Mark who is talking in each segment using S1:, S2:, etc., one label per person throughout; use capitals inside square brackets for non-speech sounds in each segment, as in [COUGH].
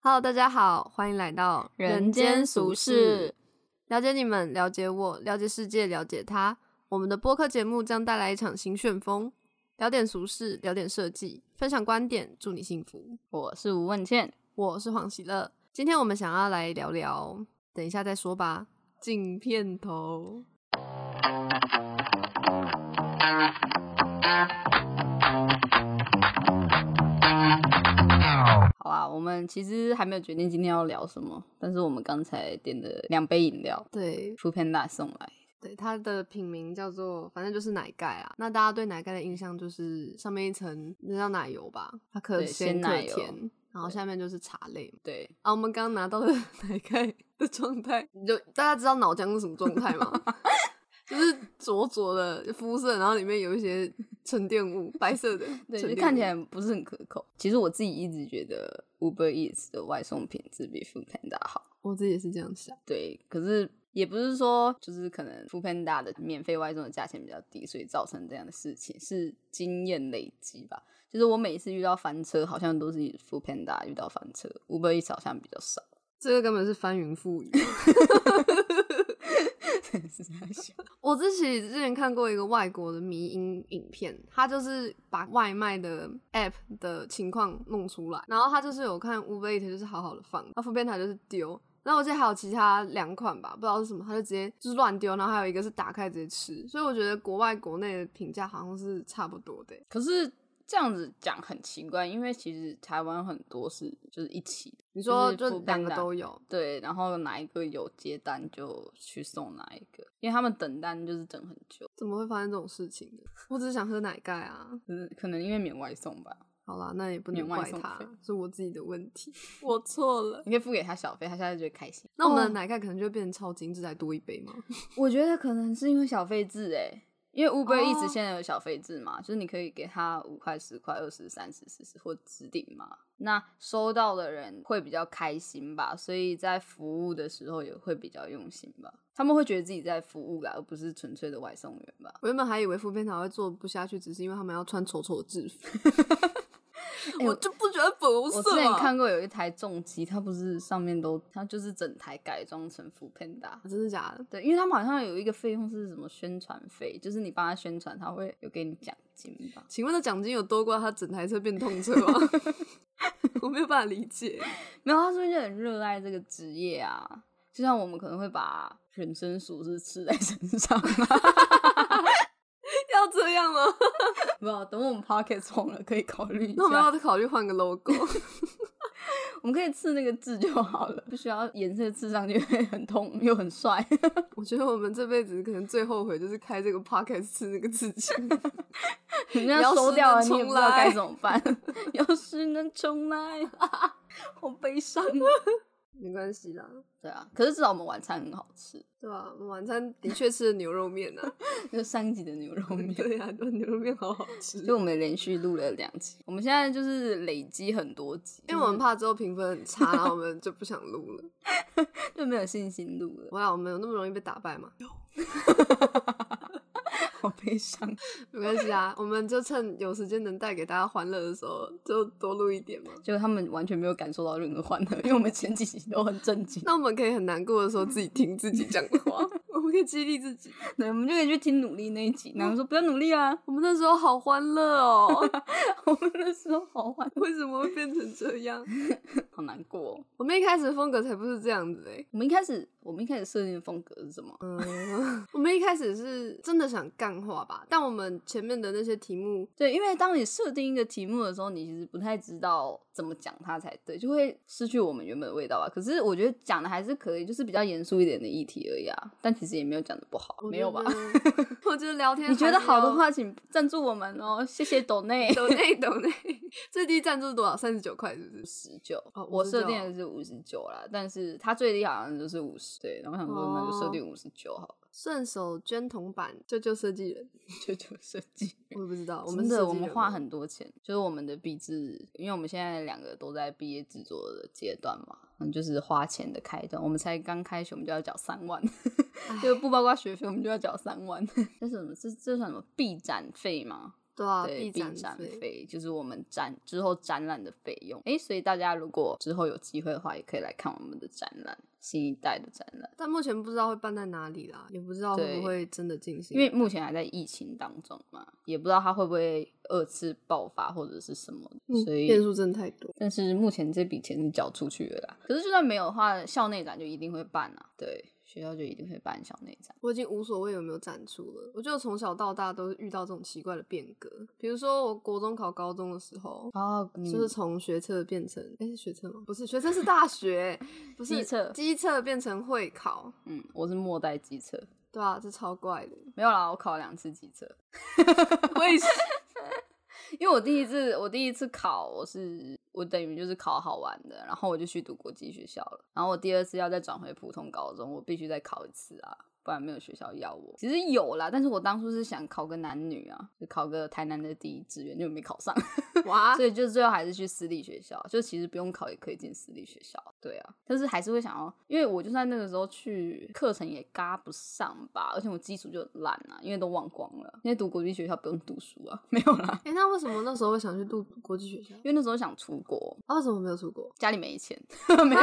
S1: Hello，大家好，欢迎来到
S2: 人间俗事，
S1: 了解你们，了解我，了解世界，了解他。我们的播客节目将带来一场新旋风，聊点俗事，聊点设计，分享观点，祝你幸福。
S2: 我是吴问倩，
S1: 我是黄喜乐，今天我们想要来聊聊，等一下再说吧。进片头，
S2: 好啊，我们其实还没有决定今天要聊什么，但是我们刚才点的两杯饮料
S1: 对
S2: ，Food Panda 送来，
S1: 对，它的品名叫做，反正就是奶盖啊。那大家对奶盖的印象就是上面一层那叫奶油吧，它可
S2: 对
S1: 咸
S2: 鲜
S1: 可
S2: 奶油
S1: 甜，然后
S2: 对
S1: 下面就是茶类嘛。
S2: 对，
S1: 啊，我们刚拿到的 [LAUGHS] 奶盖的状态，你就大家知道脑浆是什么状态吗？ [LAUGHS] 就是浊浊的肤色，然后里面有一些沉淀物，白色的
S2: 对，
S1: 沉
S2: 就
S1: 淀
S2: 看起
S1: 物
S2: 来不是很可口。其实我自己一直觉得 Uber Eats 的外送品质比 Food Panda 好，
S1: 我自己也是这样想。
S2: 对，可是。也不是说就是可能 Food Panda 的免费外送的价钱比较低，所以造成这样的事情，是经验累积吧。就是我每一次遇到翻车，好像都是 Food Panda 遇到翻车，Uber Eats 好像比较少。
S1: 这个根本是翻云覆雨。
S2: 真 [LAUGHS] 是在笑。
S1: 我自己之前看过一个外国的迷因影片，他就是把外卖的 app 的情况弄出来，然后他就是有看 Uber Eat 就是好好的放，那副边台就是丢。然后我记得还有其他两款吧，不知道是什么，他就直接就是乱丢，然后还有一个是打开直接吃，所以我觉得国外国内的评价好像是差不多的欸、
S2: 可是这样子讲很奇怪，因为其实台湾很多是就是一起的，
S1: 你说
S2: 就是
S1: 就两个
S2: Foodpanda
S1: 都有，
S2: 对，然后哪一个有接单就去送哪一个，因为他们等单就是等很久，
S1: 怎么会发生这种事情呢？我只是想喝奶盖啊。
S2: 可是可能因为免外送吧，
S1: 好啦，那也不能
S2: 免外
S1: 怪
S2: 送
S1: 他
S2: 费，
S1: 是我自己的问
S2: [LAUGHS]
S1: 题，我错了。
S2: 你可以付给他小费，他现在就会开心。
S1: 那我们的
S2: 哦
S1: 奶盖可能就会变成超精致，再多一杯吗？
S2: 我觉得可能是因为小费制哎、因为 Uber 一
S1: 哦
S2: 直现在有小费制嘛就是你可以给他五块、十块、二十、三十、四十或指定嘛。那收到的人会比较开心吧，所以在服务的时候也会比较用心吧。他们会觉得自己在服务啦，而不是纯粹的外送员吧。
S1: 我原本还以为副片长会做不下去，只是因为他们要穿丑丑的制服。
S2: [LAUGHS]
S1: [LAUGHS] 我就不喜欢粉红色、啊。
S2: 哎我之前看过有一台重机，它不是上面都，它就是整台改装成 f o o Panda。
S1: 啊真的假的？
S2: 对，因为他们好像有一个费用是什么宣传费，就是你帮他宣传，他会有给你奖金吧。
S1: 请问那奖金有多过他整台车变痛车
S2: [LAUGHS]
S1: 吗？我没有办法理解。
S2: 没有，他是不是就很热爱这个职业啊？就像我们可能会把人参熟是吃在身上 [LAUGHS] 啊，
S1: 要这样吗？
S2: 不知道等我们 pocket 红了可以考虑一
S1: 那我们
S2: 下
S1: 要，不要考虑换个 logo？ [LAUGHS]
S2: 我们可以刺那个痣就好了，不需要颜色刺上去会很痛又很帅。 [LAUGHS]
S1: 我觉得我们这辈子可能最后悔就是开这个 podcast 吃那个刺
S2: [LAUGHS]
S1: 青。
S2: 人家收掉了，
S1: 要是能
S2: 你也不知道
S1: 重来
S2: 该怎么办。 [LAUGHS] 要是能重来， [LAUGHS] 好悲伤啊。
S1: 没关系啦，
S2: 对啊，可是至少我们晚餐很好吃，
S1: 对吧、我们晚餐的确吃了牛肉面啊。
S2: 就上一集的牛肉面。嗯
S1: 对呀、就牛肉面好好吃。
S2: 所以我们连续录了两集，我们现在就是累积很多集，
S1: 因为我们怕之后评分很差，然后我们就不想录了。
S2: 就没有信心录了，
S1: 我想我们有那么容易被打败吗？
S2: 好悲伤。
S1: 没关系啊，我们就趁有时间能带给大家欢乐的时候，就多录一点嘛。
S2: 就他们完全没有感受到任何欢乐，因为我们前几集都很震惊。
S1: 那我们可以很难过的时候自己听自己讲的话， [LAUGHS] 我们可以激励自己。
S2: [LAUGHS] 对，我们就可以去听努力那一集，然后说不要努力啊， [LAUGHS]
S1: 我们那时候好欢乐哦，
S2: 我们那时候好欢，
S1: 为什么会变成这样？
S2: 好难过、哦。
S1: 我们一开始的风格才不是这样子欸嘞。
S2: 我们一开始，我们一开始设定的风格是什么？
S1: 嗯， [LAUGHS] 我们一开始是真的想干话吧，但我们前面的那些题目，
S2: 对，因为当你设定一个题目的时候，你其实不太知道怎么讲它才对，就会失去我们原本的味道吧。啊可是我觉得讲的还是可以，就是比较严肃一点的议题而已啊。但其实也没有讲的不好，
S1: 我
S2: 没
S1: 觉
S2: 有吧
S1: 得？我觉得聊天
S2: [LAUGHS] 你觉得
S1: 还是
S2: 好的
S1: 要
S2: 话，请赞助我们哦，谢谢斗 [LAUGHS] 内。
S1: 抖内抖内， [LAUGHS] 最低赞助多少？三十九块是不是？
S2: 十九
S1: 哦，
S2: 我
S1: 59
S2: 设定的是五十九啦，但是他最低好像就是五十，对，然后我想说那就设定五十九好了， [LAUGHS]
S1: 顺手捐铜板，舅舅设计人，
S2: 就就设计。
S1: 我也不知道，我
S2: [LAUGHS] 我
S1: 们
S2: 们
S1: 是设
S2: 的
S1: 计
S2: 我们
S1: 人
S2: 花
S1: 吗
S2: 很多钱，就是我们的毕制，因为我们现在两个都在毕业制作的阶段嘛，嗯，就是花钱的开端。我们才刚开学，我们就要缴三万， [LAUGHS] 就不包括学费，我们就要缴三万。这是什么？这这算什么？毕展费吗？
S1: 对啊，
S2: 对，
S1: 地
S2: 展
S1: 展费
S2: 费就是我们展之后展览的费用。诶，所以大家如果之后有机会的话，也可以来看我们的展览，新一代的展览，
S1: 但目前不知道会办在哪里啦，也不知道会
S2: 对
S1: 不会真的进行，
S2: 因为目前还在疫情当中嘛，也不知道它会不会二次爆发或者是什么的，
S1: 嗯
S2: 所以
S1: 变数真的太多。
S2: 但是目前这笔钱是缴出去了啦。可是就算没有的话，校内展就一定会办啊，对，学校就一定会办校内展。
S1: 我已经无所谓有没有展出了，我觉得从小到大都是遇到这种奇怪的变革，比如说我国中考高中的时候。
S2: 哦，你
S1: 就是从学测变成，哎、是学测吗？不是，学测是大
S2: [LAUGHS]
S1: 学，不是
S2: 机测
S1: 机测变成会考，
S2: 嗯，我是末代机车，
S1: 对啊，这超怪的。
S2: [LAUGHS] 没有啦，我考了两次机车，
S1: 我也是，
S2: 因为我第一次我第一次考我是我等于就是考好玩的，然后我就去读国际学校了，然后我第二次要再转回普通高中，我必须再考一次啊。不然没有学校要我，其实有啦，但是我当初是想考个男女啊，就考个台南的第一志愿，就没考上。
S1: 哇
S2: 所，以就最后还是去私立学校，就其实不用考也可以进私立学校，对啊，但是还是会想要，因为我就算那个时候去课程也嘎不上吧，而且我基础就很烂啊，因为都忘光了，因为读国际学校不用读书啊， [LAUGHS] 没有啦，
S1: 哎、那为什么那时候会想去读国际学校？
S2: 因为那时候想出国，
S1: 啊，为什么没有出国？
S2: 家里没钱， [LAUGHS] 没有、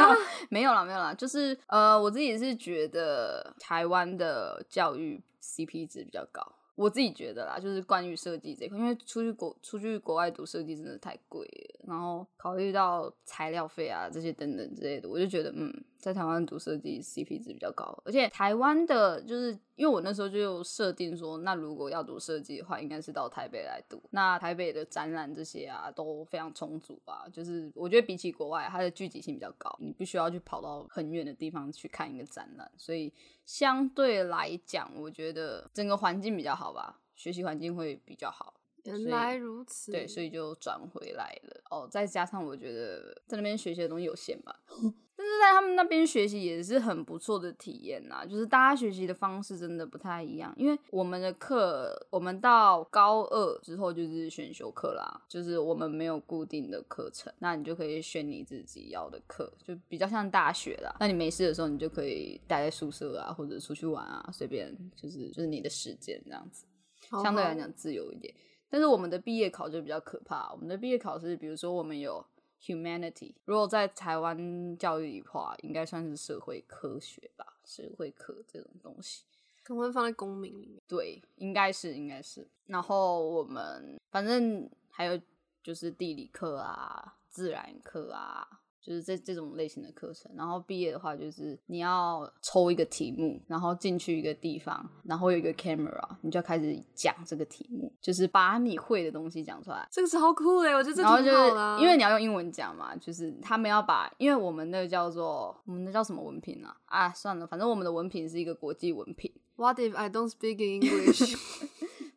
S2: 没有啦，没有啦，就是呃，我自己是觉得台湾的教育 CP 值比较高。我自己觉得啦，就是关于设计这一块，因为出去国出去国外读设计真的太贵了，然后考虑到材料费啊这些等等之类的，我就觉得嗯，在台湾读设计 CP 值比较高，而且台湾的就是因为我那时候就有设定说，那如果要读设计的话，应该是到台北来读，那台北的展览这些啊都非常充足啊，就是我觉得比起国外，它的聚集性比较高，你不需要去跑到很远的地方去看一个展览，所以相对来讲，我觉得整个环境比较好吧，学习环境会比较好。
S1: 原来如此，
S2: 对，所以就转回来了。哦，再加上我觉得在那边学习的东西有限吧，但是在他们那边学习也是很不错的体验呐、就是大家学习的方式真的不太一样，因为我们的课，我们到高二之后就是选修课啦，就是我们没有固定的课程，那你就可以选你自己要的课，就比较像大学啦。那你没事的时候，你就可以待在宿舍啊，或者出去玩啊，随便，就是就是你的时间这样子。
S1: 好
S2: 相对
S1: 好
S2: 来讲自由一点。但是我们的毕业考就比较可怕，我们的毕业考是，比如说我们有 humanity，如果在台湾教育里的话，应该算是社会科学吧，社会科这种东西。
S1: 可能会放在公民里面。
S2: 对，应该是应该是。然后我们反正还有就是地理课啊、自然课啊，就是这这种类型的课程。然后毕业的话，就是你要抽一个题目，然后进去一个地方，然后有一个 camera，你就要开始讲这个题目，就是把你会的东西讲出来。
S1: 这个超酷的，我啊觉得这
S2: 然后
S1: 挺
S2: 就
S1: 好啦。
S2: 是因为你要用英文讲嘛，就是他们要把，因为我们那个叫做我们那叫什么文凭啊？啊，算了，反正我们的文凭是一个国际文凭，
S1: What if I don't speak English？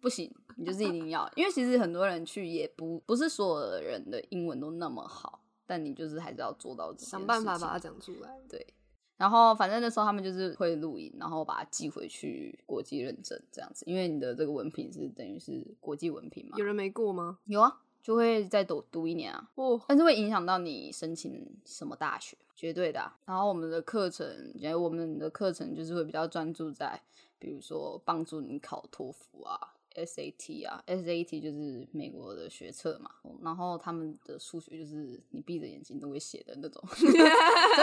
S2: 不行，你就是一定要，因为其实很多人去也不不是所有的人的英文都那么好，但你就是还是要做到 [LAUGHS] 这件
S1: 想办法
S2: 事情啊
S1: 把它讲出来。
S2: 对。然后反正那时候他们就是会录影，然后把它寄回去国际认证这样子，因为你的这个文凭是等于是国际文凭嘛，
S1: 有人没过吗？
S2: 有啊，就会再读读一年啊。
S1: 哦，
S2: 但是会影响到你申请什么大学，绝对的啊、然后我们的课程，觉得我们的课程就是会比较专注在，比如说帮助你考托福啊、SAT 啊，SAT 就是美国的学测嘛。然后他们的数学就是你闭着眼睛都会写的那种， [LAUGHS] 真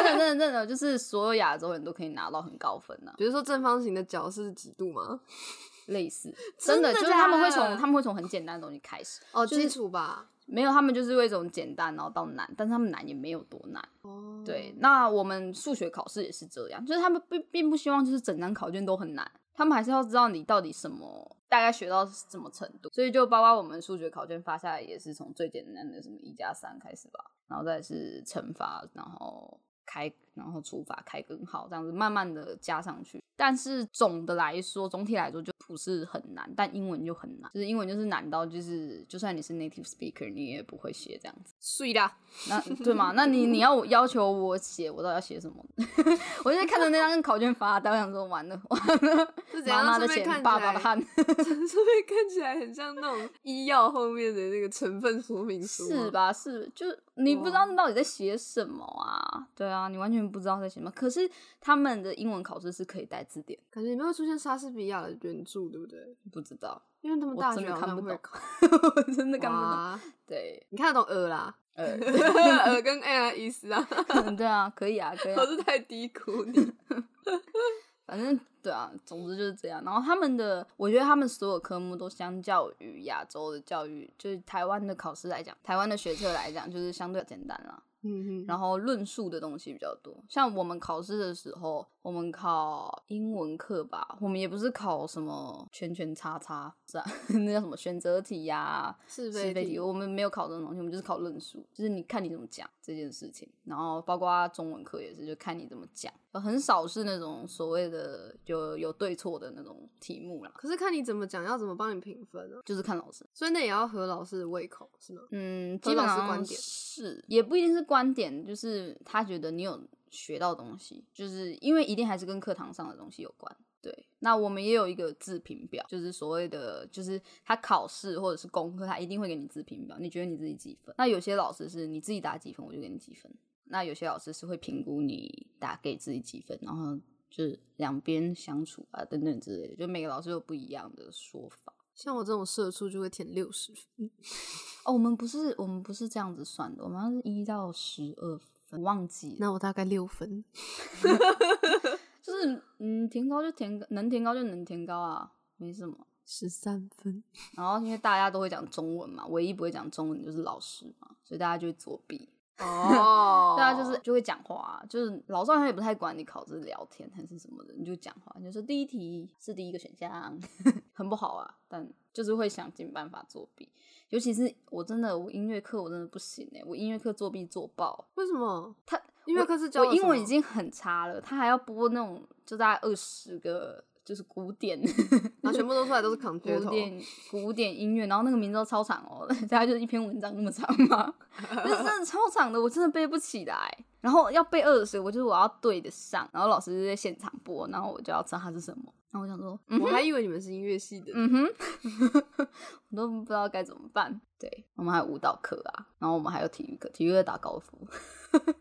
S2: 的真的真的，就是所有亚洲人都可以拿到很高分呐、
S1: 比如说正方形的角是几度吗？
S2: 类似，
S1: 真
S2: 真
S1: 的
S2: 的就是他们会
S1: 假的
S2: 从他们会从很简单的东西开始，
S1: 哦，
S2: 就
S1: 基
S2: 是
S1: 础吧。
S2: 没有他们就是会从简单然后到难，但是他们难也没有多难。
S1: 哦，
S2: 对，，那我们数学考试也是这样，就是他们并并不希望就是整张考卷都很难，他们还是要知道你到底什么大概学到什么程度，所以就包括我们数学考卷发下来也是从最简单的什么一加三开始吧，然后再是乘法，然后开，然后除法、开根号这样子慢慢的加上去。但是总的来说，总体来说就不是很难，但英文就很难，就是英文就是难到就是就算你是 native speaker，你也不会写这样子。
S1: 碎啦。
S2: 那对嘛？那你你要我要求我写，我到底要写什么？ [LAUGHS] 我就看着那张考卷发呆，我想说完了完了，
S1: 是怎
S2: 妈
S1: 样？
S2: 妈的
S1: 顺便
S2: 钱，
S1: 看起
S2: 爸
S1: [LAUGHS]
S2: 爸的
S1: 来
S2: 汗。
S1: 顺便看起来很像那种医药后面的那个成分说明书，
S2: 是？吧？是，就你不知道到底在写什么啊？对啊，你完全不知道在写什么。可是他们的英文考试是可以带字典，
S1: 感觉里面会出现莎士比亚的原著，对不对？
S2: 不知道 [LAUGHS]
S1: 因为他们
S2: 我
S1: 大
S2: 真
S1: 学
S2: 的
S1: 好
S2: [LAUGHS] 看
S1: 像
S2: 不
S1: 会
S2: 懂
S1: 考，
S2: 我真的看不懂。
S1: 哇
S2: 对，
S1: 你看得懂鹅啦，
S2: 呃， [LAUGHS]
S1: [LAUGHS] 鹅跟 a 的意思啊，
S2: 对啊，可以啊，可以、啊
S1: 我。是太低估
S2: [LAUGHS]
S1: 你。
S2: 反正对啊，总之就是这样。然后他们的，我觉得他们所有科目都相较于亚洲的教育，就是台湾的考试来讲，台湾的学测来讲，就是相对简单啦。
S1: 嗯
S2: 然后论述的东西比较多。像我们考试的时候，我们考英文课吧，我们也不是考什么圈圈叉叉，是啊， [LAUGHS] 那叫什么选择题呀、
S1: 是
S2: 是
S1: 非
S2: 非
S1: 题
S2: 题，，我们没有考这种东西，我们就是考论述，就是你看你怎么讲这件事情，然后包括中文课也是，就看你怎么讲，很少是那种所谓的有有对错的那种题目啦，
S1: 可是看你怎么讲，要怎么帮你评分啊。
S2: 就是看老师。
S1: 所以那也要合老师的胃口，是吗？
S2: 嗯，
S1: 和
S2: 基本
S1: 老师
S2: 上
S1: 观点
S2: 是，也不一定是观点，就是他觉得你有学到东西，就是因为一定还是跟课堂上的东西有关。对，那我们也有一个自评表，就是所谓的，就是他考试或者是功课，他一定会给你自评表，你觉得你自己几分？那有些老师是你自己打几分，我就给你几分。那有些老师是会评估你打给自己几分，然后就是两边相处啊等等之类的，就每个老师有不一样的说法。
S1: 像我这种社畜就会填六十分，
S2: 哦，我们不是我们不是这样子算的，我们好像是一到十二分，我忘记了。
S1: 那我大概六分。
S2: 就是嗯，填高就填，能填高就能填高啊，没什么。
S1: 十三分，
S2: 然后因为大家都会讲中文嘛，唯一不会讲中文就是老师嘛，所以大家就会作弊，
S1: [LAUGHS] 哦
S2: 大家就是就会讲话啊、就是老师好像也不太管你考试聊天还是什么的，你就讲话，你就说第一题是第一个选项， [LAUGHS] 很不好啊，但就是会想尽办法作弊。尤其是我真的，我音乐课我真的不行哎、我音乐课作弊作爆，
S1: 为什么？
S2: 他
S1: 音乐
S2: 我
S1: 课是教
S2: 我
S1: 了
S2: 英
S1: 什
S2: 文
S1: 么
S2: 已经很差了，他还要播那种就大概二十个就是古典，
S1: 然后全部都出来都是 computer
S2: 古典古典音乐，然后那个名字都超长哦， [LAUGHS] 大概就是一篇文章那么长嘛，那真的超长的，我真的背不起来。然后要背二十，我就是我要对得上，然后老师就在现场播，然后我就要知道它是什么。然后我想说，嗯
S1: 我还以为你们是音乐系的，
S2: 嗯哼， [LAUGHS] 我都不知道该怎么办。对我们还有舞蹈课啊，然后我们还有体育课，体育课打高尔夫，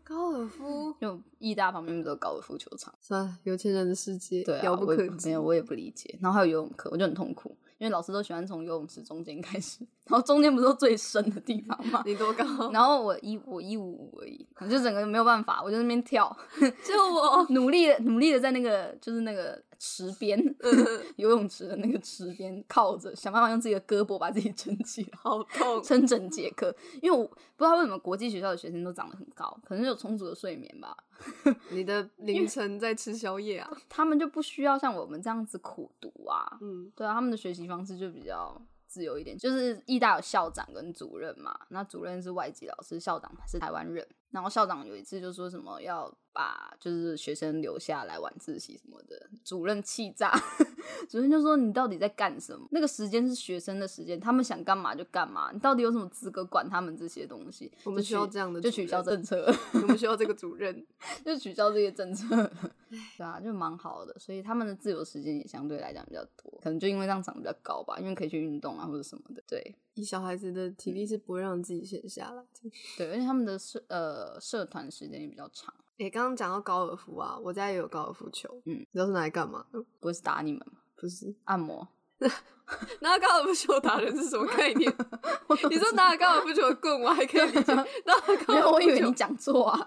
S1: 高尔夫，
S2: 就义大旁边不是有高尔夫球场。
S1: 算了，有钱人的世界，
S2: 对啊，
S1: 遥不
S2: 我也
S1: 可
S2: 不没
S1: 及
S2: 有，。我也不理解。然后还有游泳课，我就很痛苦，因为老师都喜欢从游泳池中间开始，然后中间不是都最深的地方吗？
S1: 你多高？
S2: 然后我一我一五五而已，我就整个没有办法，我就在那边跳，
S1: [LAUGHS] 就
S2: [LAUGHS]
S1: 我，
S2: 努力的努力的在那个就是那个池边游泳池的那个池边靠着，想办法用自己的胳膊把自己撑起来。
S1: 好痛。
S2: 撑整节课，因为我不知道为什么国际学校的学生都长得很高，可能有充足的睡眠吧，
S1: 你的凌晨在吃宵夜啊？
S2: 他们就不需要像我们这样子苦读啊。
S1: [LAUGHS] 嗯，
S2: 对啊，他们的学习方式就比较自由一点。就是义大有校长跟主任嘛，那主任是外籍老师，校长是台湾人。然后校长有一次就说什么要把就是学生留下来晚自习什么的，主任气炸， [LAUGHS] 主任就说你到底在干什么？那个时间是学生的时间，他们想干嘛就干嘛，你到底有什么资格管他们这些东西？
S1: 我们
S2: 就
S1: 需要
S2: 取
S1: 这样的
S2: 就
S1: 主
S2: 取消
S1: 任
S2: 政策。
S1: 我们需要这个主任。
S2: 就取消这个政策， [LAUGHS] 对啊，就蛮好的，所以他们的自由时间也相对来讲比较多，可能就因为这样长得比较高吧，因为可以去运动啊或者什么的，对
S1: 以小孩子的体力是不会让自己闲下来的。
S2: 对，而且他们的社呃社团时间也比较长，
S1: 诶、刚刚讲到高尔夫啊，我家也有高尔夫球，
S2: 嗯
S1: 你知道是拿来干嘛的吗？
S2: 不会是打你们吗
S1: 不是
S2: 按摩，
S1: [LAUGHS]
S2: [LAUGHS]
S1: 拿高尔夫球打人是什么概 [LAUGHS] 念？你说拿高尔夫球的棍，我还可以理 [LAUGHS] 解。拿
S2: 没有，
S1: 高
S2: 我
S1: 尔
S2: 以
S1: 夫
S2: 为你
S1: 球，
S2: 讲错啊，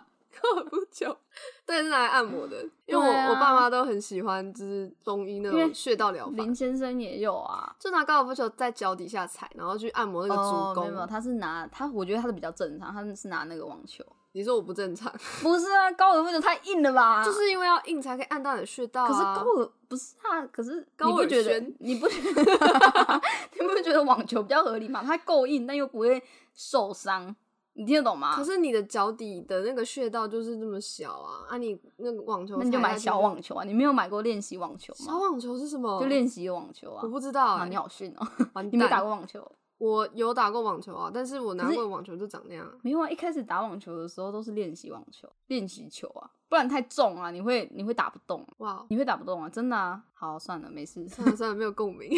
S1: 高尔夫球， [LAUGHS] 对，是拿来按摩的。 [LAUGHS] 因为我、
S2: 对啊
S1: 我爸妈都很喜欢，就是中医那
S2: 因
S1: 种
S2: 为
S1: 穴道疗法，
S2: [LAUGHS] 林先生也有啊。
S1: 就拿高尔夫球在脚底下踩，然后去按摩那个
S2: 哦
S1: 足，弓。
S2: 没有没有，他是拿他，我觉得他的比较正常，他是拿那个网球，
S1: 你说我不正常，
S2: 不是啊，高尔夫球太硬了吧？
S1: 就是因为要硬才可以按到你的穴道、啊。
S2: 嗯可是高尔不是啊，可是
S1: 高
S2: 你不
S1: 尔
S2: 觉得
S1: 宣
S2: 你不觉得 [LAUGHS] 你不觉得网球比较合理吗？它够硬，但又不会受伤，你听得懂吗？
S1: 可是你的脚底的那个穴道就是这么小啊，啊，你那个网球
S2: 那你就
S1: 踩下
S2: 买
S1: 去
S2: 小
S1: 就
S2: 网球啊！你没有买过练习网球
S1: 小
S2: 吗？
S1: 网球是什么？
S2: 就练习网球啊
S1: 我！不知道、
S2: 啊，
S1: 欸，
S2: 你好逊哦！
S1: 完
S2: 你没打
S1: 蛋
S2: 过网球？哦
S1: 我有打过网球啊，但是我拿
S2: 可是
S1: 过的网球就长那样啊。
S2: 没有啊！一开始打网球的时候都是练习网球、练习球啊，不然太重啊，你会你会打不动，
S1: 哇，哦
S2: 你会打不动啊！真的啊！好，算了，没事。
S1: 算了算了，没有共
S2: [LAUGHS]
S1: 鸣。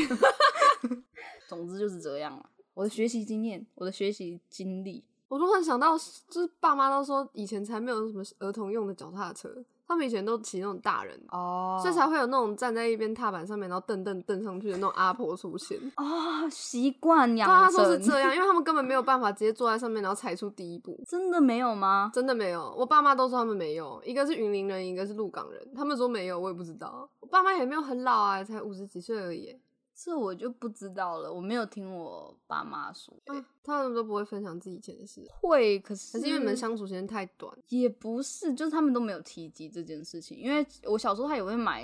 S2: 总之就是这样了。我的学习经验，我的学习经历，
S1: 我突然想到，就是爸妈都说以前才没有什么儿童用的脚踏车，他们以前都骑那种大人的，
S2: 哦
S1: 所以才会有那种站在一边踏板上面，然后蹬蹬蹬上去的那种阿婆出现。
S2: 啊习惯
S1: 大家
S2: 养
S1: 都是
S2: 成，
S1: 这样，因啊为他们根本没有办法直接坐在上面，然后踩出第一步。
S2: [LAUGHS] 真的没有吗？
S1: 真的没有，我爸妈都说他们没有，一个是云林人，一个是鹿港人，他们说没有，我也不知道。我爸妈也没有很老啊，才五十几岁而已耶，
S2: 这我就不知道了，我没有听我爸妈说、
S1: 啊他们都不会分享自己以前的事，
S2: 会，可是
S1: 可是因为你们相处时间太短，
S2: 也不是，就是他们都没有提及这件事情。因为我小时候他也会买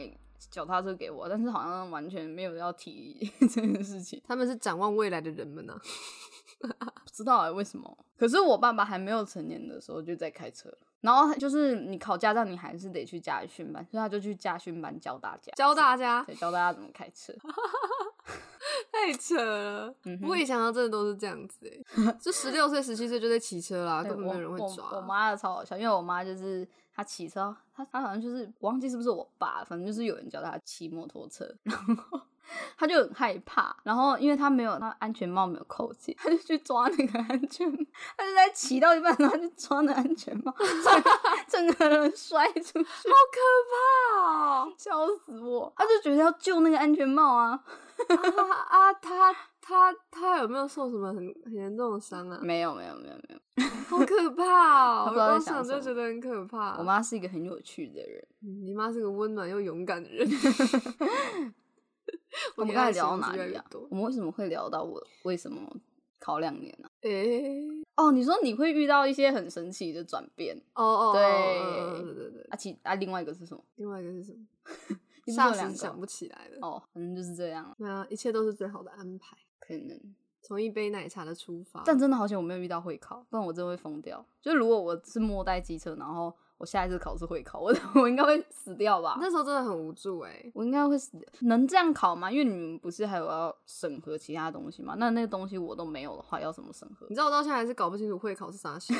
S2: 脚踏车给我，但是好像完全没有要提 [LAUGHS] 这件事情，
S1: 他们是展望未来的人们呐、啊。
S2: 不知道哎、为什么。可是我爸爸还没有成年的时候就在开车了。然后他就是你考驾照，你还是得去驾训班，所以他就去驾训班教大家，
S1: 教大家
S2: 对教大家怎么开车。
S1: 太扯了，
S2: 嗯哼
S1: 我以前好像真的都是这样子
S2: [LAUGHS]
S1: 哎，就十六岁、十七岁就在骑车啦，
S2: 对
S1: 根本啊没有人会
S2: 我
S1: 抓。
S2: 我
S1: [LAUGHS]
S2: 我妈的超好笑，因为我妈就是她骑车，哦她她好像就是我忘记是不是我爸，反正就是有人教她骑摩托车， [LAUGHS] 然后她就很害怕，然后因为她没有她安全帽没有扣紧，她就去抓那个安全帽，她就在骑到一半，然后就抓那安全帽，
S1: [LAUGHS]
S2: 整个整个人摔出去，
S1: 好可
S2: 笑死我！她就觉得要救那个安全帽啊，
S1: 怕哦！啊啊，他他他有没有受什么很很严重的伤啊？
S2: 没有没有没有没有，
S1: 好可怕哦！我
S2: 他不知道在
S1: 光
S2: 想
S1: 想就
S2: 什
S1: 觉
S2: 么
S1: 得很可怕。
S2: 我妈是一个很有趣的人。
S1: 嗯，你妈是个温暖又勇敢的人。
S2: 我们
S1: 给
S2: 刚
S1: 她的
S2: 才聊到
S1: 形容
S2: 哪
S1: 词越来
S2: 里
S1: 越
S2: 啊？
S1: 多
S2: 我们为什么会聊到我为什么考两年啊呢、
S1: 诶，
S2: 哦，你说你会遇到一些很神奇的转变
S1: 哦哦，哦
S2: 对
S1: 嗯嗯对对对。
S2: 啊其？啊，另外一个是什么？
S1: 另外一个是什么？
S2: 你不是有
S1: 霎
S2: 两
S1: 时
S2: 个
S1: 想不起来了。
S2: 哦，反正就是这样，
S1: 那一切都是最好的安排，
S2: 可能。
S1: 从一杯奶茶的出发。
S2: 但真的好险我没有遇到会考，不然我真的会疯掉。就是如果我是末代机车，然后我下一次考是会考，我 [LAUGHS] 我应该会死掉吧？
S1: 那时候真的很无助哎、
S2: 我应该会死掉，能这样考吗？因为你们不是还有要审核其他东西吗？那那个东西我都没有的话，要怎么审核
S1: 你？知道我到现在还是搞不清楚会考是啥小，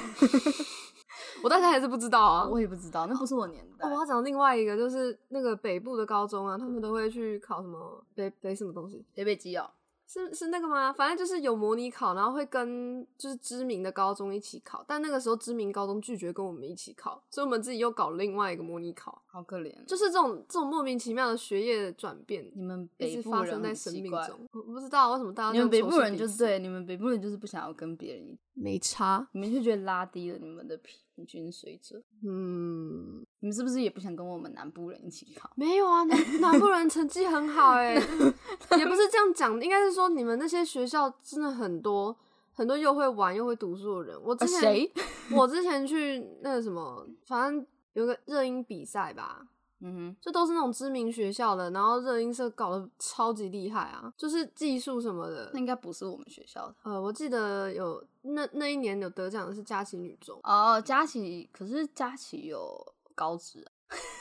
S1: 我到现在还是不知道啊。
S2: 我也不知道，那不是我年代。
S1: 哦，我要讲另外一个，就是那个北部的高中啊，他们都会去考什么北北什么东西，
S2: 北北基哦，
S1: 是是那个吗？反正就是有模拟考，然后会跟就是知名的高中一起考，但那个时候知名高中拒绝跟我们一起考，所以我们自己又搞另外一个模拟考，
S2: 好可怜哦。
S1: 就是这种这种莫名其妙的学业的转变，
S2: 你们
S1: 一
S2: 北
S1: 直
S2: 部
S1: 发
S2: 人
S1: 生
S2: 很
S1: 在生
S2: 奇
S1: 命
S2: 怪
S1: 中。我不知道为什么大家
S2: 你们
S1: 这
S2: 北
S1: 样仇
S2: 部
S1: 视
S2: 人
S1: 彼
S2: 就
S1: 此
S2: 对，你们北部人就是不想要跟别人一，
S1: 没差，
S2: 你们就觉得拉低了你们的平均水准。
S1: 嗯。
S2: 你们是不是也不想跟我们南部人一起考？
S1: 没有啊，南 [LAUGHS] 南部人成绩很好哎、也不是这样讲，应该是说你们那些学校真的很多很多又会玩又会读书的人。我之
S2: 啊
S1: 前、
S2: 谁？
S1: [LAUGHS] 我之前去那个什么，反正有个热音比赛吧，
S2: 嗯
S1: 就都是那种知名学校的，然后热音社搞得超级厉害啊，就是技术什么
S2: 哼，
S1: 的
S2: 那。应该不是我们学校的，
S1: 呃，我记得有那那一年有得奖的是佳琪女中
S2: 哦。佳琪，可是佳琪有高职啊，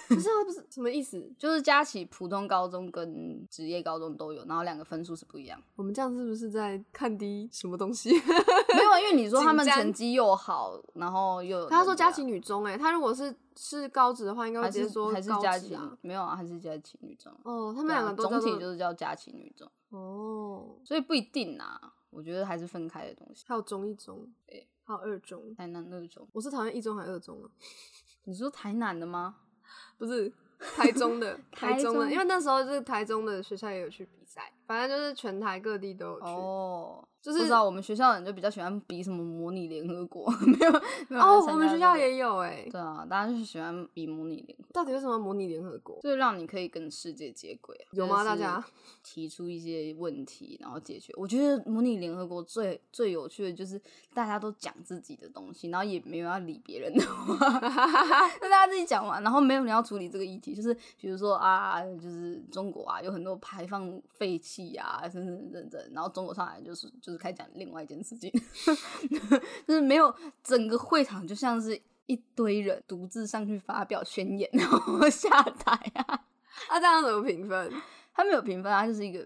S1: 可是她不是什么意思？
S2: 就是佳琪普通高中跟职业高中都有，然后两个分数是不一样。
S1: 我们这样是不是在看低什么东西？
S2: 没有，啊，因为你说他们
S1: 紧张
S2: 成绩又好，然后又有
S1: 他说
S2: 人家
S1: 佳琪女中、欸，哎，他如果是是高职的话，应该会
S2: 还
S1: 直接
S2: 是
S1: 说
S2: 还是
S1: 高
S2: 佳
S1: 职
S2: 琪
S1: 啊。
S2: 没有啊，还是佳琪女中。
S1: 哦，他
S2: 他
S1: 们两个都叫
S2: 啊总
S1: 做
S2: 体就是叫佳琪女中。
S1: 哦，
S2: 所以不一定啊，我觉得还是分开的东西。
S1: 还有中一中，
S2: 对，
S1: 还有二中。
S2: 台南那种，
S1: 我是讨厌一中还是二中啊？
S2: 你说台南的吗？
S1: 不是台中
S2: [LAUGHS]
S1: 的，
S2: 台
S1: 台中的，
S2: 中
S1: 因为那时候就是台中的学校也有去比赛，反正就是全台各地都有去。
S2: 哦，
S1: 就
S2: 不
S1: 是
S2: 知道我们学校人就比较喜欢比什么模拟联合国， [LAUGHS] 没有没有
S1: 哦
S2: 在参加这个
S1: 我们学校也有哎、
S2: 对啊，大家就是喜欢比模拟联合国，
S1: 到底为什么要模拟联合国？
S2: 就是让你可以跟世界接轨啊、
S1: 有吗
S2: 就是
S1: 大家
S2: [LAUGHS] 提出一些问题，然后解决。我觉得模拟联合国最最有趣的就是大家都讲自己的东西，然后也没有要理别人的话。 [LAUGHS] 那大家自己讲完，然后没有人要处理这个议题，就是比如说啊，就是中国啊有很多排放废气啊，等等等等，然后中国上来就是就是开始讲另外一件事情， [LAUGHS] 就是没有整个会场就像是一堆人独自上去发表宣言，然后下台啊， [LAUGHS]
S1: 啊，这样怎么评分？
S2: 他没有评分啊，他就是一个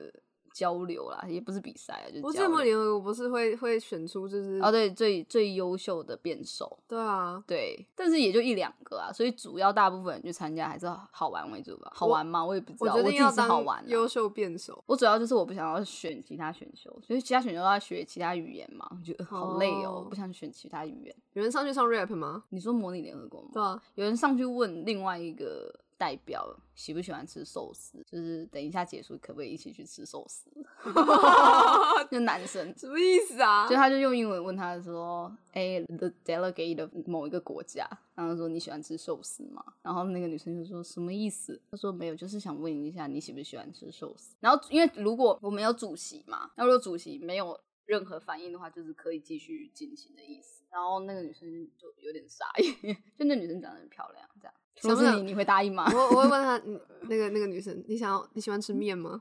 S2: 交流啦，也不是比赛啊，就是
S1: 我
S2: 交
S1: 这么
S2: 流。
S1: 联合国不是会会选出就是
S2: 哦，对，最最优秀的辩手，
S1: 对啊，
S2: 对，但是也就一两个啊，所以主要大部分人去参加还是好玩为主吧。好玩吗？我也不知
S1: 我
S2: 道，
S1: 决
S2: 我
S1: 定
S2: 自己
S1: 要
S2: 是好
S1: 当
S2: 玩、啊。
S1: 优秀辩手。
S2: 我主要就是我不想要选其他选修，所以其他选修要学其他语言嘛，我觉得好累哦，
S1: 哦
S2: 不想选其他语言。
S1: 有人上去唱 rap 吗？
S2: 你说模拟联合国吗？
S1: 对啊，
S2: 有人上去问另外一个代表喜不喜欢吃寿司，就是等一下结束可不可以一起去吃寿
S1: [LAUGHS]
S2: 司？ [LAUGHS] 就男生，
S1: 什么意思啊
S2: 所以？他就用英文问他说：“哎、t h e delegate of 某一个国家，然后说你喜欢吃寿司吗？”然后那个女生就说：“什么意思？”他说：“没有，就是想问一下你喜不喜欢吃寿司。”然后因为如果我们有主席嘛，那如果主席没有任何反应的话，就是可以继续进行的意思。然后那个女生就有点傻眼， [LAUGHS] 就那女生长得很漂亮，这样。
S1: 想
S2: 如
S1: 不
S2: 果是
S1: 想
S2: 你，你会答应吗？
S1: 我我会问他，嗯那个那个女生，你想要你喜欢吃面吗？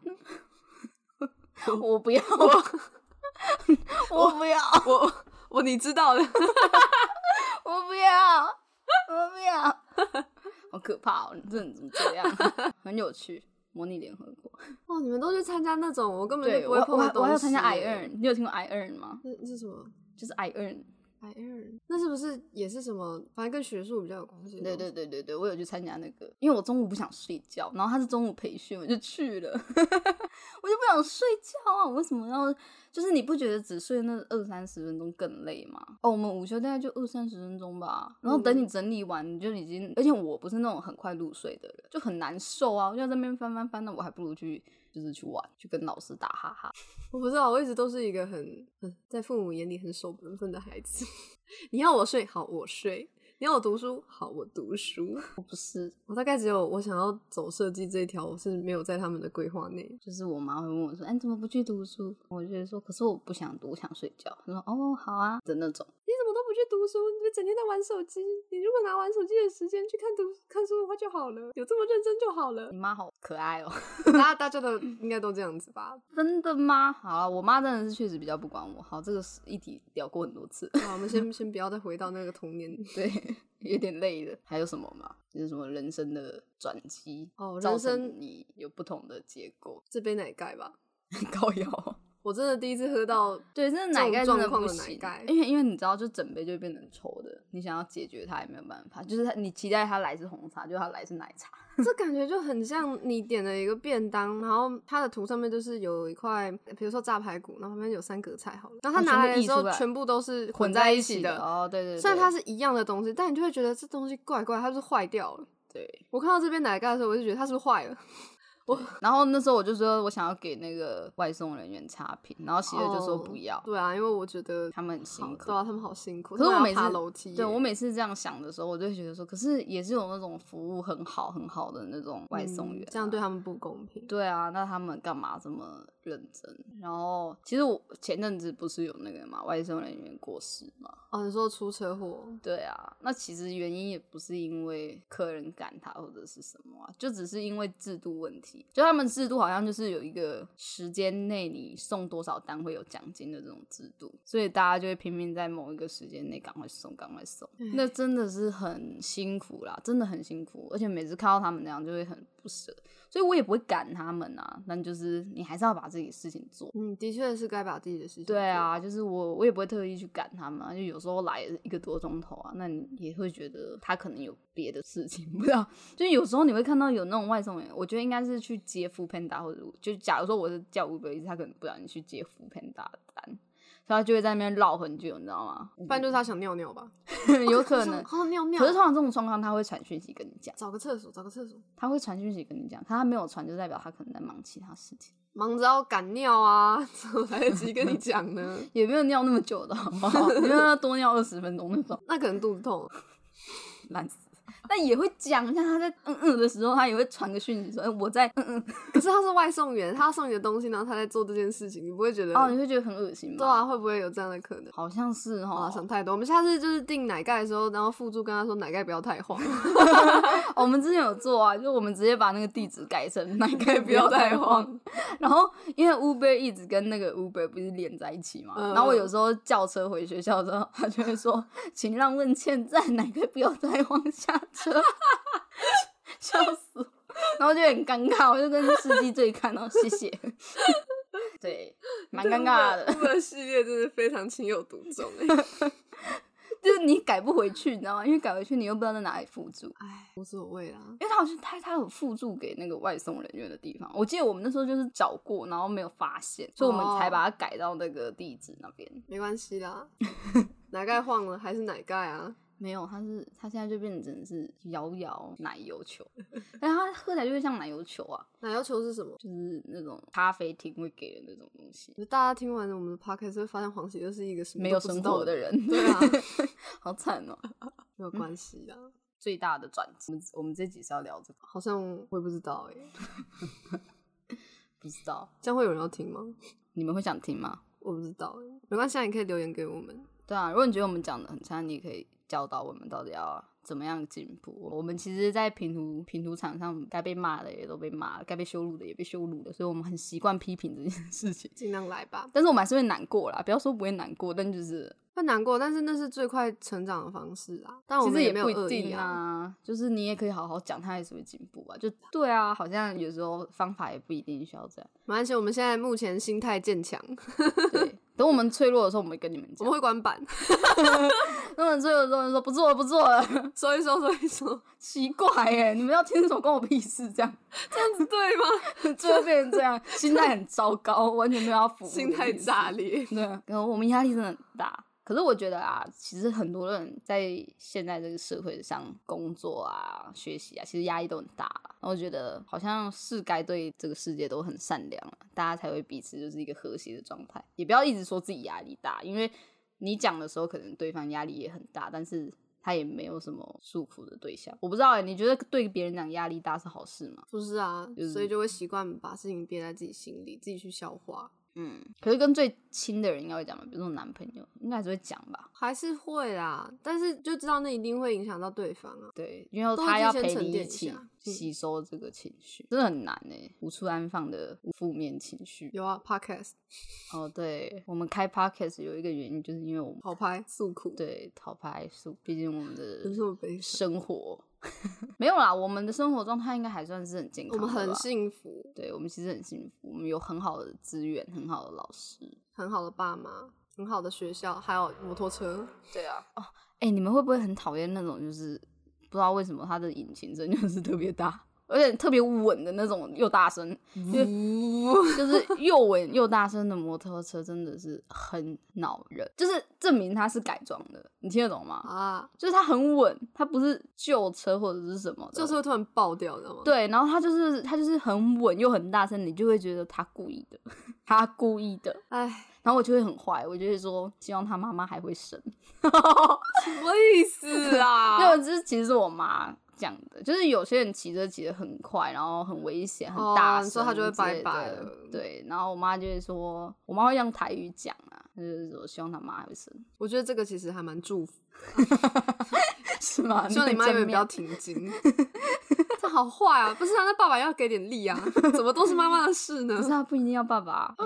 S2: 我不要， [LAUGHS] 我不要，
S1: 我我你知 [LAUGHS] 道的，
S2: [LAUGHS] 我不要，我不要， [LAUGHS] 好可怕哦！你这人怎么这样？ [LAUGHS] 很有趣，模拟联合国。
S1: 哇，哦你们都去参加那种 [LAUGHS] 我根本
S2: 对
S1: 就不
S2: 我
S1: 会
S2: 我
S1: 碰的
S2: 还
S1: 东西耶。
S2: 我还要参加 I Earn，你有听过 I Earn 吗？
S1: 那那是什么
S2: 就是 I Earn。
S1: ？I earn，那是不是也是什么？反正跟学术比较有关系。
S2: 对对，对对对，我有去参加那个，因为我中午不想睡觉，然后他是中午培训，我就去了，我 [LAUGHS] 就不想睡觉啊！我为什么要？就是你不觉得只睡那二三十分钟更累吗？哦，我们午休大概就二三十分钟吧，然后等你整理完，你就已经，而且我不是那种很快入睡的人，就很难受啊！我就在那边翻翻翻，那我还不如去就是去玩，去跟老师打哈哈。
S1: 我不知道，我一直都是一个很很在父母眼里很守本分的孩子。 [LAUGHS] 你要我睡好，我睡；你要我读书好，我读书。
S2: 我不是，
S1: 我大概只有我想要走设计这一条，我是没有在他们的规划内。
S2: 就是我妈会问我说：“哎，你怎么不去读书？”我就说：“可是我不想读，我想睡觉。”她说：“哦，好啊的那种。”
S1: 你怎么都不去读书，你就整天在玩手机。你如果拿玩手机的时间去看读看书的话就好了，有这么认真就好了
S2: [LAUGHS]
S1: 嗯
S2: 你。妈好可爱哦！
S1: 大家大家都应该都这样子吧？
S2: 真的吗？好啊，我妈真的是确实比较不管我。好，这个是议题聊过很多次， [LAUGHS]
S1: 好，我们先先不要再回到那个童年。
S2: 对，有点累了。还有什么吗？就是什么人生的转机
S1: 哦
S2: 造
S1: 人
S2: 成
S1: 生
S2: 你有不同的结果，
S1: 这杯奶盖吧，
S2: [LAUGHS] 高腰。
S1: 我真的第一次喝到
S2: 对，真的奶盖
S1: 这
S2: 真
S1: 种
S2: 的
S1: 状况
S2: 不
S1: 的奶
S2: 行
S1: 盖，
S2: 因为因为你知道，就整杯就会变成稠的，你想要解决它也没有办法。就是它，你期待它来是红茶，就它来是奶茶。
S1: [LAUGHS] 这感觉就很像你点了一个便当，然后它的图上面就是有一块，比如说炸排骨，然后旁边有三格菜好了，然后它
S2: 哦全部
S1: 拿来的
S2: 溢
S1: 时
S2: 出
S1: 候
S2: 来
S1: 全部都是
S2: 混
S1: 在
S2: 一
S1: 起
S2: 的。哦，对对对，
S1: 虽然它是一样的东西，但你就会觉得这东西怪怪，它是不是坏掉了。
S2: 对。
S1: 我看到这边奶盖的时候，我就觉得它是不是坏
S2: [LAUGHS]
S1: 了？
S2: 然后那时候我就说我想要给那个外送人员差评，然后喜乐就说不要，
S1: 对啊，因为我觉得
S2: 他们很辛
S1: 好
S2: 苦
S1: 对。啊，他们好辛苦，
S2: 可是
S1: 他
S2: 我
S1: 们
S2: 每
S1: 要
S2: 次
S1: 爬楼梯耶，
S2: 对我每次这样想的时候，我就会觉得说，可是也是有那种服务很好很好的那种外送
S1: 嗯
S2: 员啊、
S1: 这样对他们不公平。
S2: 对啊，那他们干嘛这么认真？然后其实我前阵子不是有那个嘛，外送人员过世嘛，
S1: 哦，你说出车祸，
S2: 对啊，那其实原因也不是因为客人赶他或者是什么啊，就只是因为制度问题。就他们制度好像就是有一个时间内你送多少单会有奖金的这种制度，所以大家就会拼命在某一个时间内赶快送，赶快送。那真的是很辛苦啦，真的很辛苦，而且每次看到他们那样就会很不舍，所以我也不会赶他们啊。但就是你还是要把自己事情做
S1: 嗯，的确是该把自己的事情。
S2: 对，啊，就是我我也不会特意去赶他们、啊，就有时候来一个多钟头啊，那你也会觉得他可能有别的事情， [LAUGHS] 不知道。就是有时候你会看到有那种外送员，我觉得应该是去接 f o o Panda 或者就假如说我是叫 Uber Eats，他可能不小心去接 f o o Panda 的单，所以他就会在那边绕很久，你知道吗？
S1: 不然就是他想尿尿吧，嗯
S2: [LAUGHS]
S1: 哦
S2: 有可能。
S1: 好想尿尿。
S2: 可是通常这种状况，他会传讯息跟你讲，
S1: 找个厕所，找个厕所，
S2: 他会传讯息跟你讲，他没有传就代表他可能在忙其他事情，
S1: 忙着要赶尿啊， [LAUGHS] 怎么来得及跟你讲呢？ [LAUGHS]
S2: 也没有尿那么久的好不好？因为他多尿二十分钟那种。
S1: 那可能肚子痛，
S2: 烂死。 [LAUGHS] 但也会讲一下，他在嗯嗯的时候，他也会传个讯息说：“哎、我在嗯嗯。
S1: 可是他是外送员，他送你的东西，然后他在做这件事情，你不会觉得”
S2: 哦，你会觉得很恶心吗？
S1: 对啊，，会不会有这样的可能？
S2: 好像是
S1: 啊，
S2: 哦。
S1: 想太多。我们下次就是订奶盖的时候，然后附注跟他说奶盖不要太黄，
S2: 哦我们之前有做啊，就我们直接把那个地址改成奶
S1: [LAUGHS]
S2: 盖不
S1: 不
S2: 要
S1: 要
S2: 太
S1: 太
S2: 慌
S1: 慌。
S2: 然后因为 Uber 一直跟那个 Uber 不是连在一起嘛，
S1: 嗯
S2: 然后我有时候叫车回学校的时候，他就会说：“请让问欠债，奶盖不要太慌下车。” [LAUGHS] 笑死我！然后就很尴尬，我就跟司机对看，然后谢谢。哦 [LAUGHS] 对，蛮尴尬的。
S1: Uber 系列真的非常情有独钟哎。
S2: 就是你改不回去，你知道吗？因为改回去你又不知道在哪里附注，
S1: 哎，无所谓啦。
S2: 因为他好像他他有附注给那个外送人员的地方。我记得我们那时候就是找过，然后没有发现，所以我们才
S1: 哦
S2: 把它改到那个地址那边。
S1: 没关系
S2: [LAUGHS]
S1: 啦，奶盖晃了还是奶盖啊？
S2: 没有，它是它现在就变成真的是摇摇奶
S1: [LAUGHS]
S2: 油球，但是它喝起来就会像奶油球啊，
S1: 奶油球是什么？
S2: 就是那种咖啡厅会给的那种东西。
S1: 大家听完我们的 podcast 会发现黄喜就是一个什么
S2: 没
S1: 都
S2: 有
S1: 不知
S2: 生
S1: 道
S2: 活的，人，
S1: 对啊，
S2: [LAUGHS] 好惨哦、
S1: 没有关系啦。
S2: 最大的转折，我们我们这集是要聊这个，
S1: 好像我也不知道哎、
S2: 不知道
S1: 这样会有人要听吗？
S2: 你们会想听吗？
S1: 我不知道哎、没关系啊，你可以留言给我们。
S2: 对啊，如果你觉得我们讲的很差，你也可以教导我们到底要怎么样进步。我们其实，在平图平图场上，该被骂的也都被骂了，该被羞辱的也被羞辱了，所以我们很习惯批评这件事情。 [LAUGHS]
S1: 尽量来吧，
S2: 但是我们还是会难过啦，不要说不会难过，但就是
S1: 会难过，但是那是最快成长的方式啊。但我
S2: 其
S1: 们
S2: 实
S1: 没有
S2: 不一
S1: 恶意
S2: 定
S1: 啊。
S2: 啊，就是你也可以好好讲，他还是会进步啊。就对啊，好像有时候方法也不一定需要这样。
S1: 没关系，我们现在目前心态渐强， [LAUGHS]
S2: 对，等我们脆弱的时候，我们会跟你们
S1: 我
S2: 讲
S1: 们；会关板， [LAUGHS]
S2: 等我们脆弱的时候，我们说不做了，不做了， [LAUGHS]
S1: 说一说，说一说，
S2: 奇怪耶，你们要听什么关我屁事？这样。
S1: 这样子 [LAUGHS] 对吗？ [LAUGHS]
S2: 就会变成这样，心态很糟糕，完全没有要服务，
S1: 心态炸。裂。
S2: 对，啊然嗯后我们压力真的很大。可是我觉得啊，其实很多人在现在这个社会上工作啊、学习啊，其实压力都很大啦。然后我觉得好像是该对这个世界都很善良了，大家才会彼此就是一个和谐的状态。也不要一直说自己压力大，因为你讲的时候可能对方压力也很大，但是他也没有什么诉苦的对象。我不知道哎、你觉得对别人讲压力大是好事吗？
S1: [LAUGHS] 不是啊
S2: 就，是
S1: 所以就会习惯把事情憋在自己心里，自己去消化，
S2: 嗯，可是跟最亲的人应该会讲吧，比如说男朋友，应该还是会讲吧。
S1: 还是会啦。但是就知道那一定会影响到对方啊。
S2: 对，因为
S1: 都
S2: 他
S1: 是
S2: 要
S1: 先
S2: 陪
S1: 沉
S2: 你
S1: 淀
S2: 一
S1: 一
S2: 起
S1: 下嗯
S2: 吸收这个情绪，真的很难呢、无处安放的负面情绪。
S1: 有啊，podcast
S2: 哦，对，我们开 podcast 有一个原因，就是因为我们
S1: 好拍诉苦，，
S2: 对逃拍术，毕竟我们
S1: 有
S2: 的
S1: 什么悲伤？
S2: 生活 [LAUGHS] 没有啦，我们的生活状态应该还算是很健
S1: 我
S2: 康的
S1: 们
S2: 吧。
S1: 很幸福，
S2: 对，我们其实很幸福，我们有很好的资源，很好的老师。
S1: 很好的爸妈，很好的学校，还有摩托车。
S2: 对啊，哦，哎、你们会不会很讨厌那种就是不知道为什么它的引擎声就是特别大， [LAUGHS] 而且特别稳的那种又大声， [LAUGHS] 就是又稳又大声的摩托车真的是很恼人，就是证明它是改装的，你听得懂吗？
S1: [LAUGHS] 啊，
S2: 就是它很稳，它不是旧车或者是什么的，
S1: 就是会突然爆掉，知道吗？，
S2: 对，然后它就是它就是很稳又很大声，你就会觉得它故意的， [LAUGHS] 它故意的，
S1: 哎，
S2: 然后我就会很坏，我就会说希望他妈妈还会生。
S1: 什么意思 [LAUGHS] 啊？
S2: 因为这其实是我妈讲的，就是有些人骑车骑得很快，然后很危险、很
S1: 哦
S2: 大
S1: 你
S2: 声之
S1: 说
S2: 类的、
S1: 她就会拜拜了
S2: 对，然后我妈就会说，我妈会用台语讲啊，她就是说希望她妈还会生， [LAUGHS]
S1: 我觉得这个其实还蛮祝福，
S2: 是吗？
S1: 希望你
S2: 很
S1: 妈
S2: 正
S1: 永远不
S2: 面
S1: 要
S2: [LAUGHS]
S1: 停经。这好坏啊！不是啊，那爸爸要给点力啊！怎么都是妈妈的事呢
S2: 不？是啊她不一定要爸爸，
S1: [LAUGHS]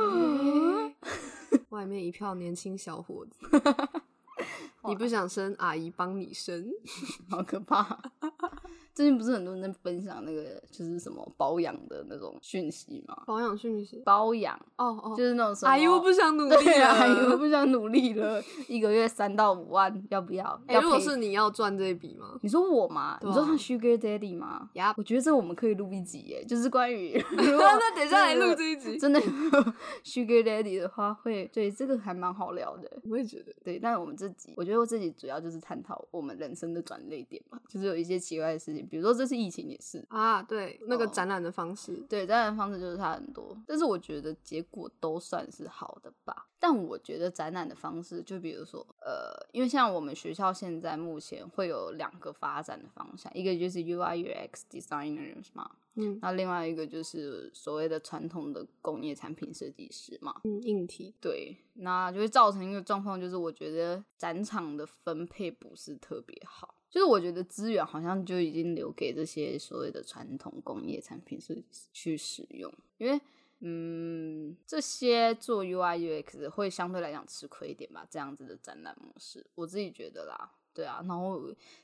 S1: 外面一票年轻小伙子， [LAUGHS] 你不想生，阿姨帮你生。
S2: [LAUGHS] 好可怕。啊 [LAUGHS] 最近不是很多人在分享那个就是什么保养的那种讯息吗？
S1: 保养讯息，
S2: 保养
S1: 哦哦
S2: 就，是那种什么，
S1: 阿姨我
S2: [LAUGHS]
S1: 不想努力
S2: 对
S1: 了。
S2: 啊，阿姨我不想努力了，一个月三到五万，要不要？
S1: 哎、
S2: 要
S1: 如果
S2: 赔
S1: 是你要赚这一笔吗？
S2: 你说我嘛？
S1: 对
S2: 你说
S1: 啊
S2: 他 Sugar Daddy 吗？
S1: 呀，
S2: 我觉得这我们可以录一集耶，就是关于如果
S1: [LAUGHS] 那等一下来录这一集，
S2: 真的有 [LAUGHS] Sugar Daddy 的话会，对这个还蛮好聊的。
S1: 我也觉得
S2: 对，但我们这集，我觉得我这集主要就是探讨我们人生的转捩点嘛，就是有一些奇怪的事情，比如说这次疫情也是，
S1: 啊，对，那个
S2: 哦
S1: 展览的方式，
S2: 对，展览方式就是差很多，但是我觉得结果都算是好的吧。但我觉得展览的方式，就比如说，呃，因为像我们学校现在目前会有两个发展的方向，一个就是 UI UX designers 嘛，
S1: 嗯
S2: 那另外一个就是所谓的传统的工业产品设计师嘛。
S1: 嗯，硬体
S2: 对，那就会造成一个状况，就是我觉得展场的分配不是特别好，就是我觉得资源好像就已经留给这些所谓的传统工业产品设计师去使用，因为嗯，这些做 UI UX 会相对来讲吃亏一点吧，这样子的展览模式，我自己觉得啦。对啊，然后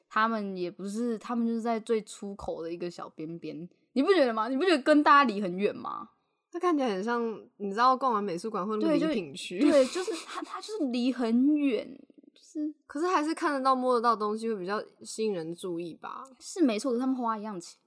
S2: 他们也不是，他们就是在最出口的一个小边边，你不觉得吗？你不觉得跟大家离很远吗？
S1: 它看起来很像，你知道逛完美术馆会
S2: 对
S1: 礼
S2: 就
S1: 品区，
S2: 对，就是它，它就是离很远，就是
S1: 可是还是看得到、摸得到东西会比较吸引人注意吧？
S2: 是没错，可是他们花一样钱。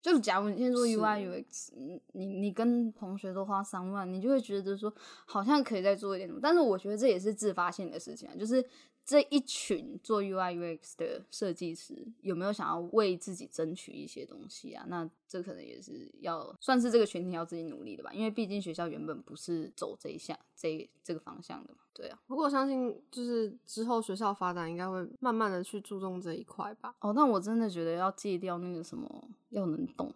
S2: 就是假如你现在做
S1: 是
S2: UI UX，你你你跟同学都花三万，你就会觉得说好像可以再做一点什么。但是我觉得这也是自发性的事情啊，就是这一群做 UI UX 的设计师有没有想要为自己争取一些东西啊？那这可能也是要算是这个群体要自己努力的吧，因为毕竟学校原本不是走这一项这这个方向的嘛。对啊，
S1: 不过我相信，就是之后学校发展应该会慢慢的去注重这一块吧。
S2: 哦，但我真的觉得要戒掉那个什么要能
S1: [LAUGHS]
S2: 动，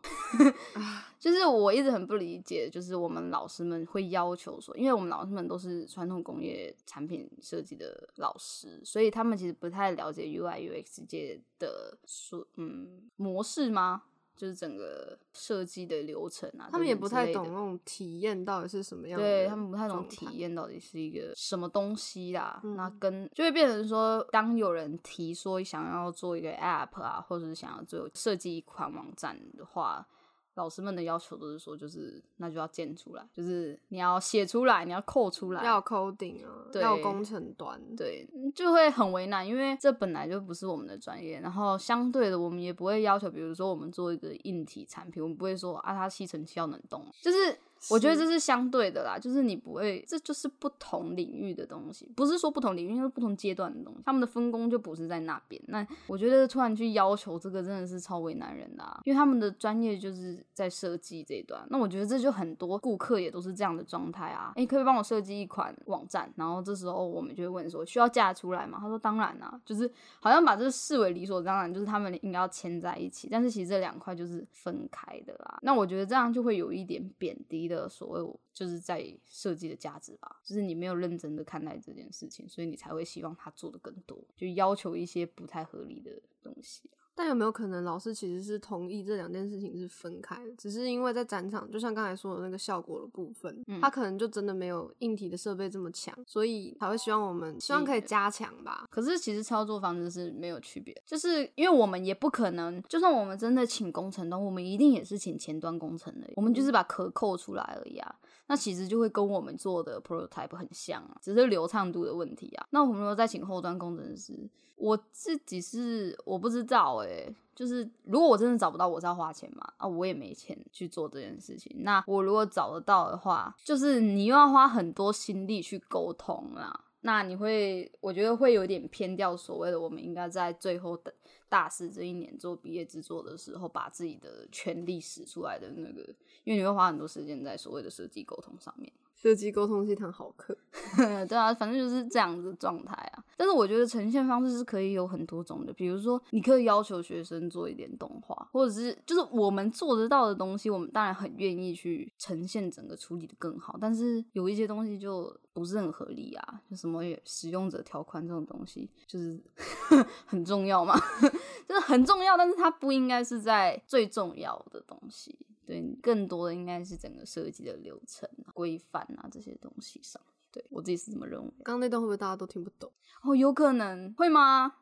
S2: 就是我一直很不理解，就是我们老师们会要求说，因为我们老师们都是传统工业产品设计的老师，所以他们其实不太了解 UI UX 界的说嗯模式吗？就是整个设计的流程啊，
S1: 他们也
S2: 等
S1: 不
S2: 等之
S1: 太
S2: 类的
S1: 懂那种体验到底是什么样的状态，
S2: 对他们不太懂体验到底是一个什么东西啦。那
S1: 嗯
S2: 跟就会变成说，当有人提说想要做一个 app 啊，或者是想要做设计一款网站的话，老师们的要求都是说，就是那就要建出来，就是你要写出来，你要扣出来，
S1: 要有 coding 啊，
S2: 对
S1: 要有工程端，
S2: 对，嗯就会很为难，因为这本来就不是我们的专业。然后相对的，我们也不会要求，比如说我们做一个硬体产品，我们不会说啊，它吸尘器要能动，就是。我觉得
S1: 是
S2: 这是相对的啦，就是你不会，这就是不同领域的东西，不是说不同领域，应该是不同阶段的东西，他们的分工就不是在那边。那我觉得突然去要求这个真的是超为难人的、啊，因为他们的专业就是在设计这一段。那我觉得这就很多顾客也都是这样的状态啊。诶，可不可以帮我设计一款网站，然后这时候我们就会问说需要嫁出来吗？他说当然啊，就是好像把这视为理所当然，就是他们应该要牵在一起。但是其实这两块就是分开的啦。那我觉得这样就会有一点贬低的所谓我就是在设计的价值吧，就是你没有认真的看待这件事情，所以你才会希望他做的更多，就要求一些不太合理的东西。
S1: 但有没有可能老师其实是同意这两件事情是分开的，只是因为在展场，就像刚才说的那个效果的部分，
S2: 嗯
S1: 他可能就真的没有硬体的设备这么强，所以才会希望我们希望可以加强吧。
S2: 可是其实操作方式是没有区别，就是因为我们也不可能，就算我们真的请工程端，我们一定也是请前端工程的，我们就是把壳扣出来而已啊。那其实就会跟我们做的 prototype 很像啊，只是流畅度的问题啊。那我们如果再请后端工程师，我自己是我不知道诶、就是如果我真的找不到，我是要花钱嘛啊，我也没钱去做这件事情。那我如果找得到的话，就是你又要花很多心力去沟通啦。那你会，我觉得会有点偏掉所谓的我们应该在最后的大四这一年做毕业制作的时候，把自己的权利使出来的那个，因为你会花很多时间在所谓的设计沟通上面。
S1: 设计沟通是一堂好课，
S2: [LAUGHS] 对啊，反正就是这样子的状态啊。但是我觉得呈现方式是可以有很多种的，比如说你可以要求学生做一点动画，或者是就是我们做得到的东西，我们当然很愿意去呈现整个处理的更好。但是有一些东西就不是很合理啊，就什么也使用者条款这种东西，就是 [LAUGHS] 很重要嘛， [LAUGHS] 就是很重要，但是它不应该是在最重要的东西。对，更多的应该是整个设计的流程、啊、规范啊这些东西上。对我自己是这么认为。
S1: 刚刚那段会不会大家都听不懂
S2: 哦，有可能会吗？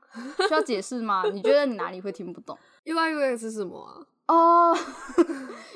S2: 需要解释吗？你觉得你哪里会听不懂？
S1: ？UI UX 是什么啊？
S2: [LAUGHS] 哦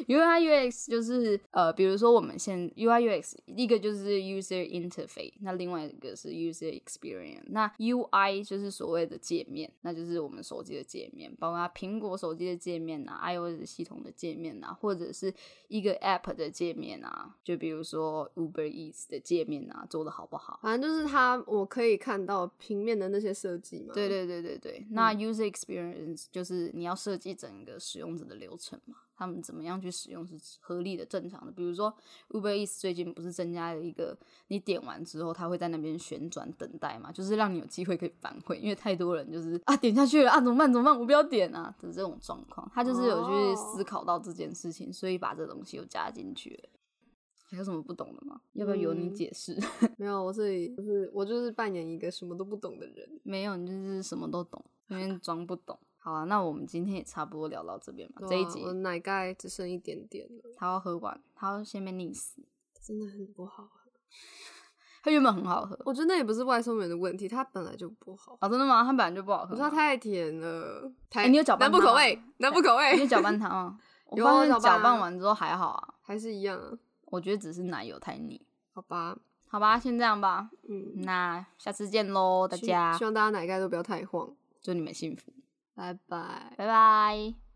S2: ，UI UX 就是呃，比如说我们现 UI UX 一个就是 user interface，那另外一个是 user experience。那 UI 就是所谓的界面，那就是我们手机的界面，包括苹果手机的界面啊，iOS 系统的界面啊，或者是一个 app 的界面啊，就比如说 Uber Eats 的界面啊，做的好不好？
S1: 反正就是它，我可以看到平面的那些设计嘛。
S2: 对对对对对，那
S1: 嗯
S2: user experience 就是你要设计整个使用者的流程嘛，他们怎么样去使用是合理的、正常的。比如说 Uber Eats 最近不是增加了一个，你点完之后，它会在那边旋转等待嘛，就是让你有机会可以反悔，因为太多人就是啊点下去了啊怎么办怎么办，我不要点啊的这种状况，他就是有去
S1: 哦
S2: 思考到这件事情，所以把这东西又加进去了。还有什么不懂的吗？要不要由你
S1: 嗯
S2: 解释？
S1: 没有，我这里就是我就是扮演一个什么都不懂的人。
S2: 没有，你就是什么都懂，因为装不懂。 [LAUGHS] 好啊，那我们今天也差不多聊到这边哦吧。这
S1: 对
S2: 一
S1: 啊
S2: 集
S1: 我奶盖只剩一点点了，
S2: 他要喝完，他要先被溺死。
S1: 真的很不好。啊
S2: 他原本很好喝
S1: 我觉得那也不是外送员的问题，它本来就不好。
S2: 哦，真的吗？他本来就不好喝
S1: 我
S2: 吗。
S1: 说它太甜了，太、
S2: 哎你有搅拌
S1: 南部
S2: 它
S1: 口
S2: 吗
S1: 味，南部口
S2: 你有
S1: 味 [LAUGHS]
S2: 搅拌它吗？我
S1: 有
S2: 发
S1: 啊
S2: 现
S1: 搅拌
S2: 搅拌
S1: 啊
S2: 完之后还好啊。
S1: 还是一样啊。
S2: 我觉得只是奶油太腻。
S1: 好吧，
S2: 好吧，先这样吧，
S1: 嗯，
S2: 那下次见喽，大
S1: 希
S2: 家
S1: 希，望大家奶盖都不要太晃，
S2: 祝你们幸福，
S1: 拜拜。
S2: 拜拜。